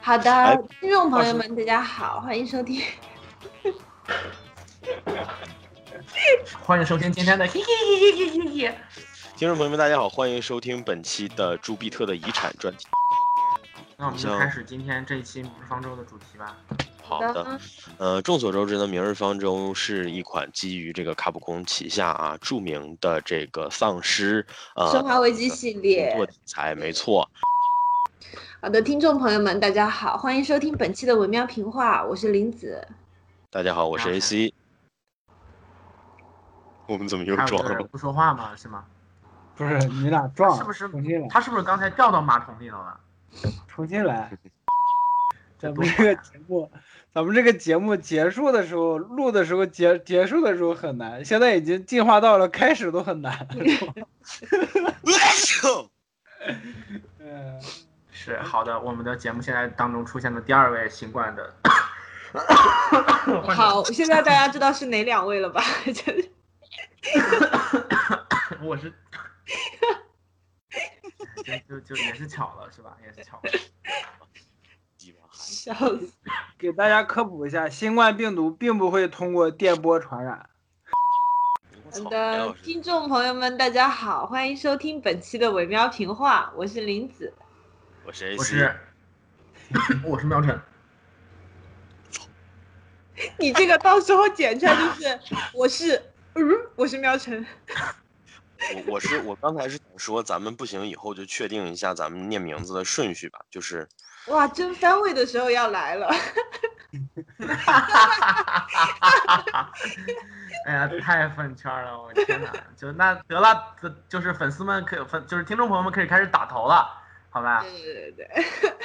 好哎的，听众朋友们，大家好，欢迎收听。欢迎收听今天的嘿嘿嘿嘿嘿嘿嘿。听众朋友们，大家好，欢迎收听本期的朱庇特的遗产专题。那我们就行开始今天这一期《明日方舟》的主题吧。好嗯的，，呃，众所周知呢，《明日方舟》是一款基于这个卡普空旗下啊著名的这个丧尸呃生化危机系列工作题材，没错。好的，听众朋友们，大家好，欢迎收听本期的文喵评话，我是林子。大家好，我是然后 AC。我们怎么又还有装一个人了？不说话吗？是吗？不是你俩哦撞了，是不是重新来，他是不是刚才掉到马桶里头了？重新 来。咱们这个节目，咱们这个节目结束的时候，录的时候结结束的时候很难，现在已经进化到了开始都很 难。哎嗯，是好的，我们的节目现在当中出现了第二位新冠的。 嗯好，现在大家知道是哪两位了吧？ 就是我是，就就就也是巧了，是吧？也是巧了。鸡巴笑死。给大家科普一下，新冠病毒并不会通过电波传染。我好操！哎还的有，嗯是呃听众朋友们，大家好，欢迎收听本期的文喵评话，我是林子。我是我 AC 是， 我是喵晨。你这个到时候剪出来就是，我是，嗯，我是喵晨。我我是我刚才是想说，咱们不行，以后就确定一下咱们念名字的顺序吧，就是哇，争三位的时候要来了，哎呀，太粉圈了，我天哪！就那得了，这就是粉丝们可以粉，就是听众朋友们可以开始打头了，好吧？对对对对，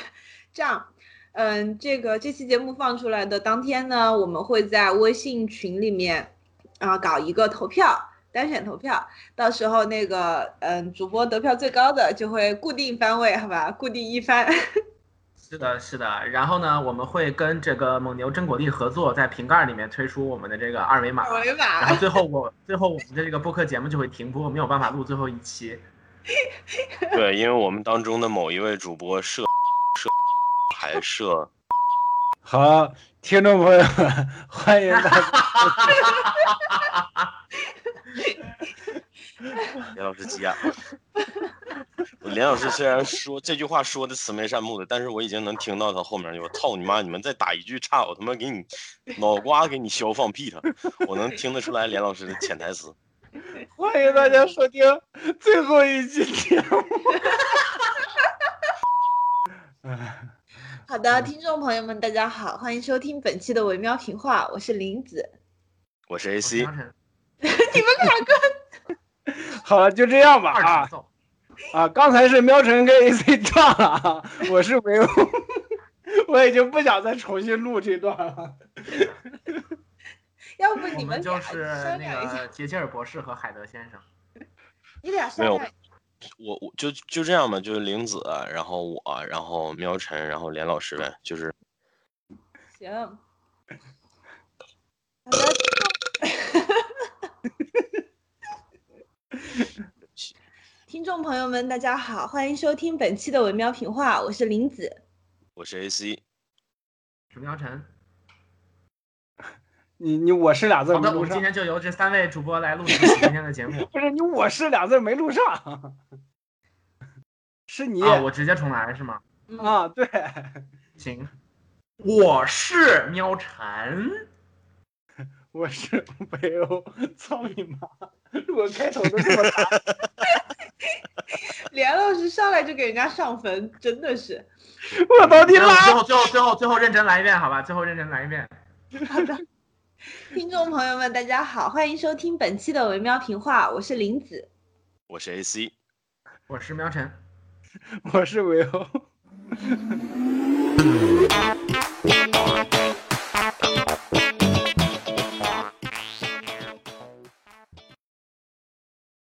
这样，嗯，这个这期节目放出来的当天呢，我们会在微信群里面啊、搞一个投票，单选投票，到时候那个嗯主播得票最高的就会固定番位，好吧，固定一 番。是的，是的。然后呢，我们会跟这个蒙牛真果粒合作，在瓶盖里面推出我们的这个二维码。二维然后码，最后我最后我们的这个播客节目就会停播，没有办法录最后一期。对，因为我们当中的某一位主播涉涉还涉好，听众朋友们，欢迎大 家。连老师急眼了。连老师虽然说这句话说的慈眉善目的，但是我已经能听到他后面就我操你妈！你们再打一句差，我他妈给你脑瓜给你削放屁他！我能听得出来连老师的潜台词。欢迎大家收听最后一期节目。哎好的，听众朋友们，大家好，欢迎收听本期的维喵评话，我是林子。我是我 AC，是张晨你们两个 好了，就这样吧二啊重。奏。啊，刚才是喵晨跟 AC 撞了啊，我是维欧， 我已经不想再重新录这段了。要不我你们们就俩是商那量一下，个杰吉尔博士和海德先生。你俩商没有量一下。我我就就这样吧，就是玲子，啊然后我，然后喵晨，然后连老师呗，就是行。好的， 听众朋友们，大家好，欢迎收听本期的文喵评话，我是林子。我是 AC。是喵晨。你你我是俩字好没的，我录们今上，天就由这三位主播来录制今天的节目。不是你我是俩字没录上， 是 你啊，我直接重来是吗？嗯，啊对，行，我是喵晨，我是维欧，操你妈！我开头都这么打， 连老师上来就给人家上坟，真的是。我到底最后嗯最后拉？最后最后最后认真来一遍，好吧，最后认真来一遍。 听众朋友们，大家好，欢迎收听本期的文喵评话，我是林子。我是 AC，我是喵晨，我是维欧。